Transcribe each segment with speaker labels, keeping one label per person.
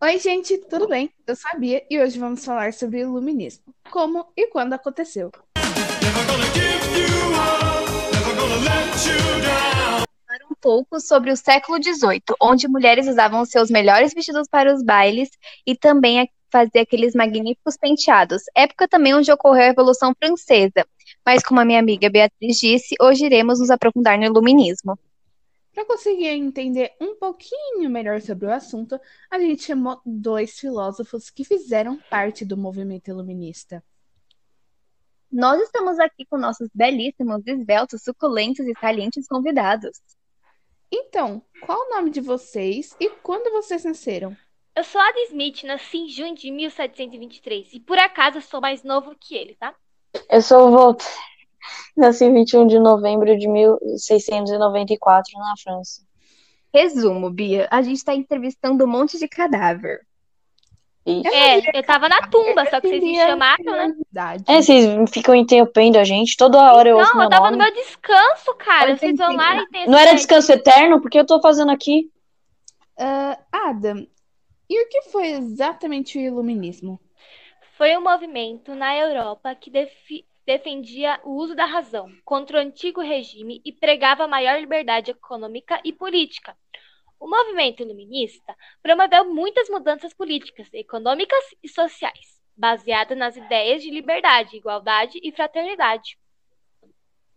Speaker 1: Oi, gente, tudo bem? Eu sabia e hoje vamos falar sobre iluminismo. Como e quando aconteceu?
Speaker 2: Never gonna give you up, never gonna let you down.
Speaker 3: um pouco sobre o século XVIII, onde mulheres usavam seus melhores vestidos para os bailes e também a- fazer aqueles magníficos penteados. Época também onde ocorreu a Revolução Francesa. Mas como a minha amiga Beatriz disse, hoje iremos nos aprofundar no iluminismo.
Speaker 1: Para conseguir entender um pouquinho melhor sobre o assunto, a gente chamou dois filósofos que fizeram parte do movimento iluminista.
Speaker 3: Nós estamos aqui com nossos belíssimos, esbeltos, suculentos e salientes convidados.
Speaker 1: Então, qual o nome de vocês e quando vocês nasceram?
Speaker 4: Eu sou Adam Smith, nasci em junho de 1723 e por acaso eu sou mais novo que ele, tá?
Speaker 5: Eu sou o Volta. Nasci em 21 de novembro de 1694 na França.
Speaker 3: Resumo, Bia, a gente está entrevistando um monte de cadáver.
Speaker 5: E-
Speaker 4: É, eu tava na tumba, só que vocês me chamaram, né?
Speaker 1: Idade.
Speaker 5: É, vocês ficam interrompendo a gente. Toda hora eu ouço
Speaker 4: Não,
Speaker 5: meu
Speaker 4: eu tava no
Speaker 5: nome.
Speaker 4: meu descanso, cara.
Speaker 3: Pode
Speaker 4: Vocês vão lá e tem
Speaker 5: Não era
Speaker 4: esse-
Speaker 5: descanso eterno? Porque eu tô fazendo aqui?
Speaker 1: Ah, Adam, e o que foi exatamente o iluminismo?
Speaker 4: Foi um movimento na Europa que defi- defendia o uso da razão contra o antigo regime e pregava maior liberdade econômica e política. O movimento iluminista promoveu muitas mudanças políticas, econômicas e sociais, baseada nas ideias de liberdade, igualdade e fraternidade.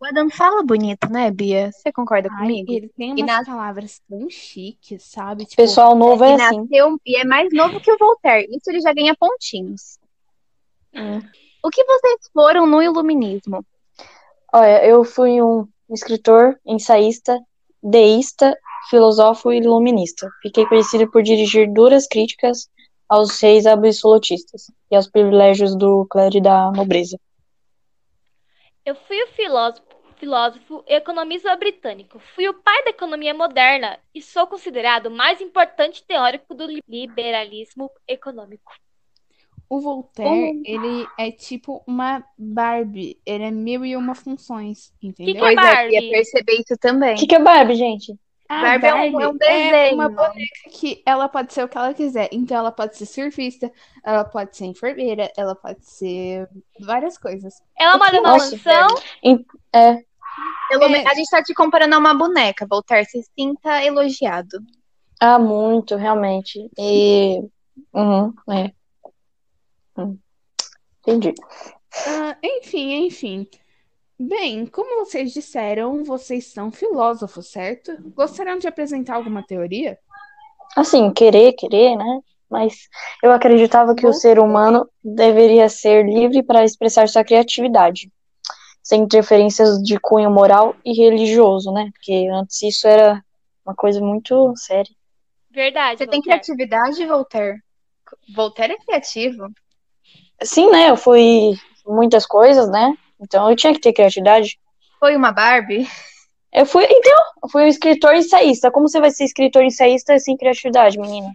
Speaker 3: O Adam fala bonito, né, Bia? Você concorda
Speaker 1: Ai,
Speaker 3: comigo?
Speaker 1: ele tem
Speaker 3: E
Speaker 1: umas
Speaker 3: nas-
Speaker 1: palavras tão chiques, sabe? Tipo,
Speaker 5: Pessoal novo é
Speaker 3: E
Speaker 5: assim.
Speaker 3: nasceu e é mais novo que o Voltaire. Isso ele já ganha pontinhos.
Speaker 4: Ah.
Speaker 5: Hum.
Speaker 3: O que vocês foram no iluminismo?
Speaker 5: Olha, eu fui um escritor, ensaísta, deísta, filósofo e iluminista. Fiquei conhecido por dirigir duras críticas aos reis absolutistas e aos privilégios do clero e da nobreza.
Speaker 4: Eu fui o filósofo, filósofo e economista britânico. Fui o pai da economia moderna e sou considerado o mais importante teórico do li- liberalismo econômico.
Speaker 1: o Voltaire, ele é tipo uma Barbie. Ele é mil e uma funções, entendeu?
Speaker 4: Que
Speaker 3: Pois é,
Speaker 4: Barbie?
Speaker 3: ia perceber isso também.
Speaker 5: O que, que é Barbie, gente?
Speaker 1: A
Speaker 3: Barbie é um- é um desenho.
Speaker 1: uma boneca que ela pode ser o que ela quiser. Então ela pode ser surfista, ela pode ser enfermeira, ela pode ser várias coisas.
Speaker 4: Ela
Speaker 3: O que
Speaker 4: mora numa
Speaker 3: nossa,
Speaker 4: mansão.
Speaker 5: É,
Speaker 3: Pelo
Speaker 1: É.
Speaker 3: menos a gente tá te comparando a uma boneca, Voltaire. Se sinta elogiado.
Speaker 5: há Ah, muito, realmente. E. Uhum, é. Hum. Entendi.
Speaker 1: Ah, enfim, enfim. Bem, como vocês disseram, vocês são filósofos, certo? Gostariam de apresentar alguma teoria?
Speaker 5: Assim, querer, querer, né? Mas eu acreditava que o ser humano deveria ser livre para expressar sua criatividade, sem interferências de cunho moral e religioso, né? Porque antes isso era uma coisa muito séria.
Speaker 4: Verdade.
Speaker 3: Você tem
Speaker 4: Voltaire.
Speaker 3: criatividade, Voltaire? Voltaire é criativo.
Speaker 5: Sim, né? Eu fui muitas coisas, né? Então eu tinha que ter criatividade.
Speaker 3: Foi uma Barbie?
Speaker 5: Eu fui, então, eu fui um escritor ensaísta. Como você vai ser escritor ensaísta sem criatividade, menina?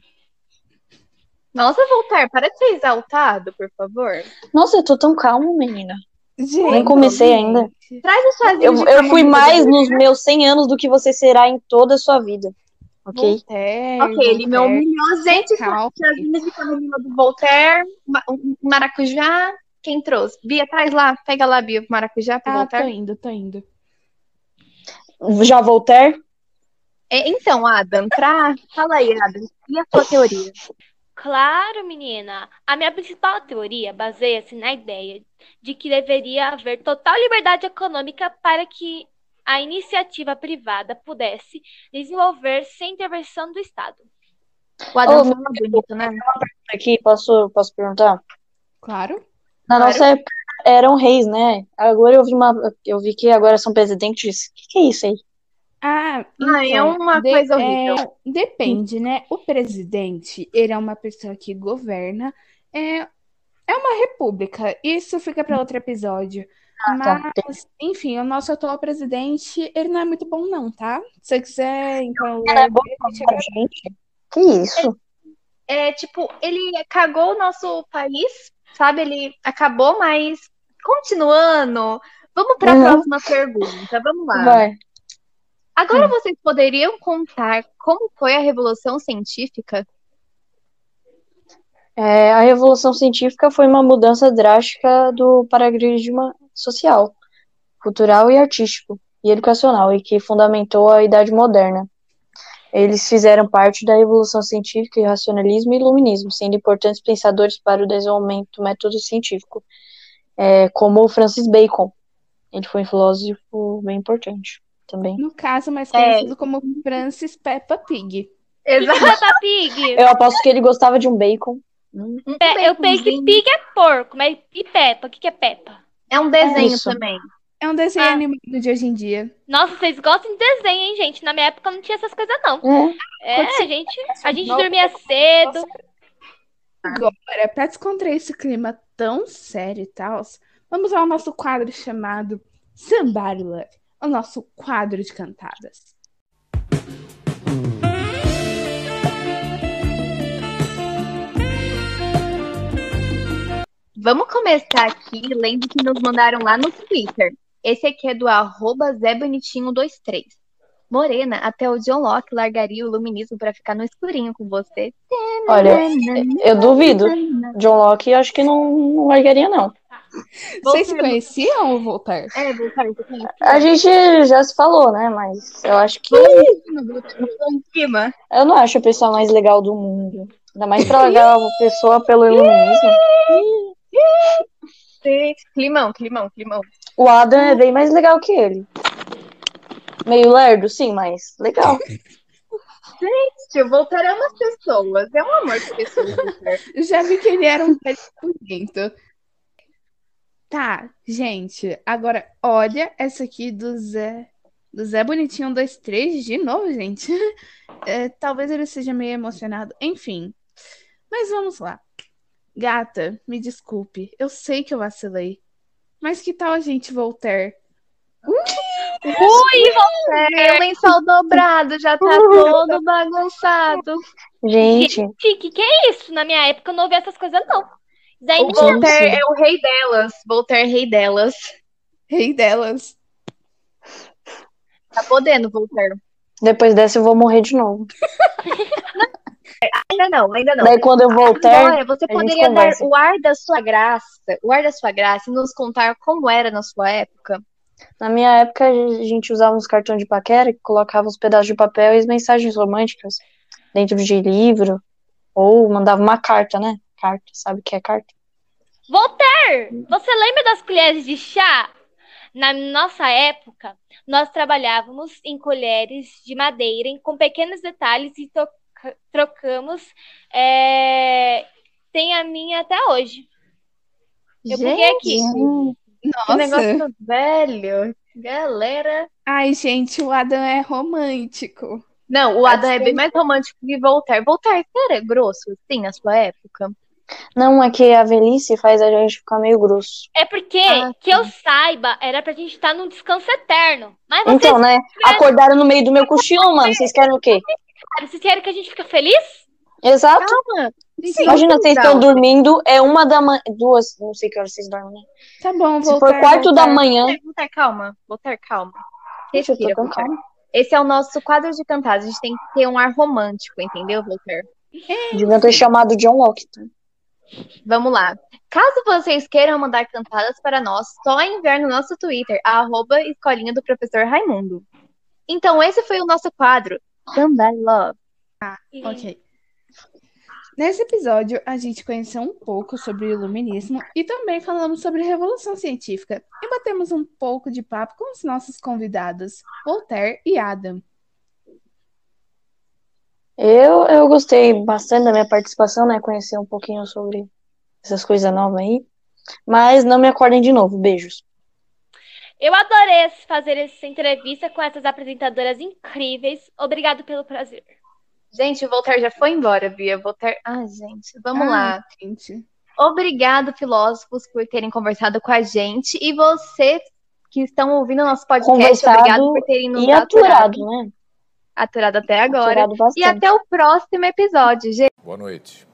Speaker 3: Nossa, Voltaire, para de ser exaltado, por favor.
Speaker 5: Nossa, eu tô tão calmo, menina.
Speaker 1: Gente,
Speaker 5: Nem comecei ainda.
Speaker 3: Traz o chazinho
Speaker 5: Eu,
Speaker 3: Então, de
Speaker 5: eu fui
Speaker 3: camomila.
Speaker 5: mais nos meus 100 anos do que você será em toda a sua vida. Ok?
Speaker 1: Voltaire,
Speaker 3: Ok, ele é me
Speaker 1: Voltaire,
Speaker 3: humilhou. Gente,
Speaker 1: Calma.
Speaker 3: chazinho de camomila do Voltaire, ma- um maracujá. Quem trouxe? Bia, traz lá. Pega lá, Bia, o maracujá pro
Speaker 1: Ah, tô
Speaker 3: Voltaire.
Speaker 1: indo, tô indo.
Speaker 5: Já Voltaire?
Speaker 3: É, então, Adam, pra... fala aí, Adam, e a sua teoria?
Speaker 4: Claro, menina. A minha principal teoria baseia-se na ideia de que deveria haver total liberdade econômica para que a iniciativa privada pudesse desenvolver sem intervenção do Estado.
Speaker 3: O Adam
Speaker 5: Ô,
Speaker 3: fala bonito, né?
Speaker 5: Aqui, posso, posso perguntar?
Speaker 1: Claro.
Speaker 5: Na
Speaker 3: Claro.
Speaker 5: nossa época eram reis, né? Agora eu vi uma. Eu vi que agora são presidentes. O que, que é isso aí?
Speaker 1: Ah,
Speaker 3: Ah, é
Speaker 1: então,
Speaker 3: uma
Speaker 1: de-
Speaker 3: coisa
Speaker 1: é,
Speaker 3: horrível.
Speaker 1: depende, né? O presidente, ele é uma pessoa que governa, é, é uma república. Isso fica para outro episódio.
Speaker 3: Ah,
Speaker 5: tá.
Speaker 1: Mas, enfim, o nosso atual presidente, ele não é muito bom, não, tá? Se você quiser, então.
Speaker 5: é bom Gente, que isso?
Speaker 3: É, tipo, ele cagou o nosso país, sabe? Ele acabou, mas continuando, vamos para a
Speaker 5: Uhum.
Speaker 3: próxima pergunta. Vamos lá.
Speaker 5: Vai.
Speaker 3: Agora vocês poderiam contar como foi a Revolução Científica?
Speaker 5: É, a revolução científica foi uma mudança drástica do paradigma social, cultural e artístico e educacional e que fundamentou a Idade Moderna. Eles fizeram parte da revolução científica, racionalismo e iluminismo, sendo importantes pensadores para o desenvolvimento do método científico, é, como o Francis Bacon. Ele foi um filósofo bem importante também.
Speaker 1: No caso, mais
Speaker 3: É.
Speaker 1: conhecido como Francis Peppa Pig.
Speaker 3: Exato.
Speaker 4: Peppa tá, Pig.
Speaker 5: Eu aposto que ele gostava de um bacon. Hum,
Speaker 4: Pe- eu penso que Pig é porco, mas e Peppa? O que, que é Peppa?
Speaker 3: É um desenho
Speaker 5: Isso.
Speaker 3: também.
Speaker 1: É um desenho
Speaker 4: Ah.
Speaker 1: animado de hoje em dia.
Speaker 4: Nossa, vocês gostam de desenho, hein, gente? Na minha época não tinha essas coisas, não.
Speaker 5: é.
Speaker 4: É, a gente, a gente dormia cedo.
Speaker 1: Agora, pra descontrair esse clima tão sério e tal, vamos ao nosso quadro chamado Somebody Love, o nosso quadro de cantadas.
Speaker 3: Vamos começar aqui lendo que nos mandaram lá no Twitter. Esse aqui é do arroba zebonitinho23. Morena, até o John Locke largaria o iluminismo pra ficar no escurinho com você.
Speaker 5: Olha, eu duvido. John Locke eu acho que não, não largaria, não.
Speaker 1: Vocês se conheciam ou voltar?
Speaker 3: É, vou falar isso aqui.
Speaker 5: A gente já se falou, né? Mas eu acho que.
Speaker 3: No grupo, no clima.
Speaker 5: Eu não acho a pessoa mais legal do mundo. Ainda mais pra largar uma pessoa pelo iluminismo.
Speaker 3: Climão, climão, climão.
Speaker 5: O Adam é bem mais legal que ele. Meio lerdo, sim, mas legal.
Speaker 3: Gente, voltar é umas pessoas. É um amor de pessoas. Victor.
Speaker 1: Eu Já vi que ele era um pé bonito. Tá, gente, agora olha essa aqui do Zé. Do Zé Bonitinho 23 de novo, gente. É, talvez ele seja meio emocionado. Enfim. Mas vamos lá. Gata, me desculpe. Eu sei que eu vacilei. Mas que tal a gente voltar?
Speaker 3: Ui, você! O É, um lençol dobrado já tá todo bagunçado.
Speaker 5: Gente,
Speaker 4: Gente, que é isso? Na minha época eu não ouvi essas coisas, não. Daí
Speaker 5: Gente.
Speaker 3: Voltaire é o rei delas. Voltaire é rei delas.
Speaker 1: Rei delas.
Speaker 3: Tá podendo, Voltaire.
Speaker 5: depois dessa eu vou morrer de novo.
Speaker 3: Ainda não, ainda não. é.
Speaker 5: Daí quando eu voltar,
Speaker 3: Agora, você
Speaker 5: a gente
Speaker 3: poderia dar
Speaker 5: conversa.
Speaker 3: o ar da sua graça, o ar da sua graça e nos contar como era na sua época?
Speaker 5: na minha época a gente usava uns cartões de paquera que colocava uns pedaços de papel e as mensagens românticas dentro de livro. Ou mandava uma carta, né? Carta, sabe o que é carta?
Speaker 4: Voltaire, você lembra das colheres de chá? Na nossa época, nós trabalhávamos em colheres de madeira em- com pequenos detalhes e troca- trocamos. é, Tem a minha até hoje. Eu buguei aqui.
Speaker 3: Que
Speaker 1: Nossa.
Speaker 3: negócio velho. Galera.
Speaker 1: Ai, gente, o Adam é romântico.
Speaker 3: Não, o Adam é bem mais romântico que Voltaire. Voltaire, você era grosso, assim, na sua época?
Speaker 5: Não, é que a velhice faz a gente ficar meio grosso.
Speaker 4: É porque,
Speaker 3: Ah,
Speaker 4: que eu saiba, era pra gente estar num descanso eterno. Mas vocês,
Speaker 5: Então, né? Acordaram no meio do meu cochilo, mano. Vocês querem o quê?
Speaker 4: sabem, vocês querem que a gente fique feliz?
Speaker 5: Exato.
Speaker 3: Calma.
Speaker 1: Sim,
Speaker 5: Imagina, vocês estão
Speaker 3: Então.
Speaker 5: dormindo, é uma da manhã, duas, não sei que hora vocês dormem. né?
Speaker 1: tá bom,
Speaker 5: Se
Speaker 1: voltar.
Speaker 5: for quarto da
Speaker 1: voltar.
Speaker 5: manhã,
Speaker 3: Voltaire, Voltaire, calma. Voltaire, calma.
Speaker 5: Gente, eu tô
Speaker 3: Respira,
Speaker 5: com
Speaker 3: Voltaire.
Speaker 5: calma.
Speaker 3: Esse é o nosso quadro de cantadas. A gente tem que ter um ar romântico, entendeu, Voltaire?
Speaker 5: Deviam ter chamado John Locke. tá?
Speaker 3: Vamos lá. Caso vocês queiram mandar cantadas para nós, só enviar no nosso Twitter, a arroba escolinha do professor Raimundo. Então, esse foi o nosso quadro. Somebody Love.
Speaker 1: Ok. Nesse episódio, a gente conheceu um pouco sobre o iluminismo e também falamos sobre a Revolução Científica e batemos um pouco de papo com os nossos convidados, Voltaire e Adam.
Speaker 5: Eu, eu gostei bastante da minha participação, né? Conhecer um pouquinho sobre essas coisas novas aí. Mas não me acordem de novo. Beijos.
Speaker 4: Eu adorei esse- fazer essa entrevista com essas apresentadoras incríveis. Obrigado pelo prazer.
Speaker 3: Gente, o Voltaire já foi embora, Bia. Voltaire... Ah, gente, vamos lá.
Speaker 1: Gente,
Speaker 3: Obrigado, filósofos, por terem conversado com a gente. E vocês que estão ouvindo o nosso podcast,
Speaker 5: Conversado
Speaker 3: obrigado por terem nos
Speaker 5: E aturado, né?
Speaker 3: aturado até agora.
Speaker 5: Aturado
Speaker 3: E
Speaker 5: bastante.
Speaker 3: até o próximo episódio, gente.
Speaker 6: Boa noite.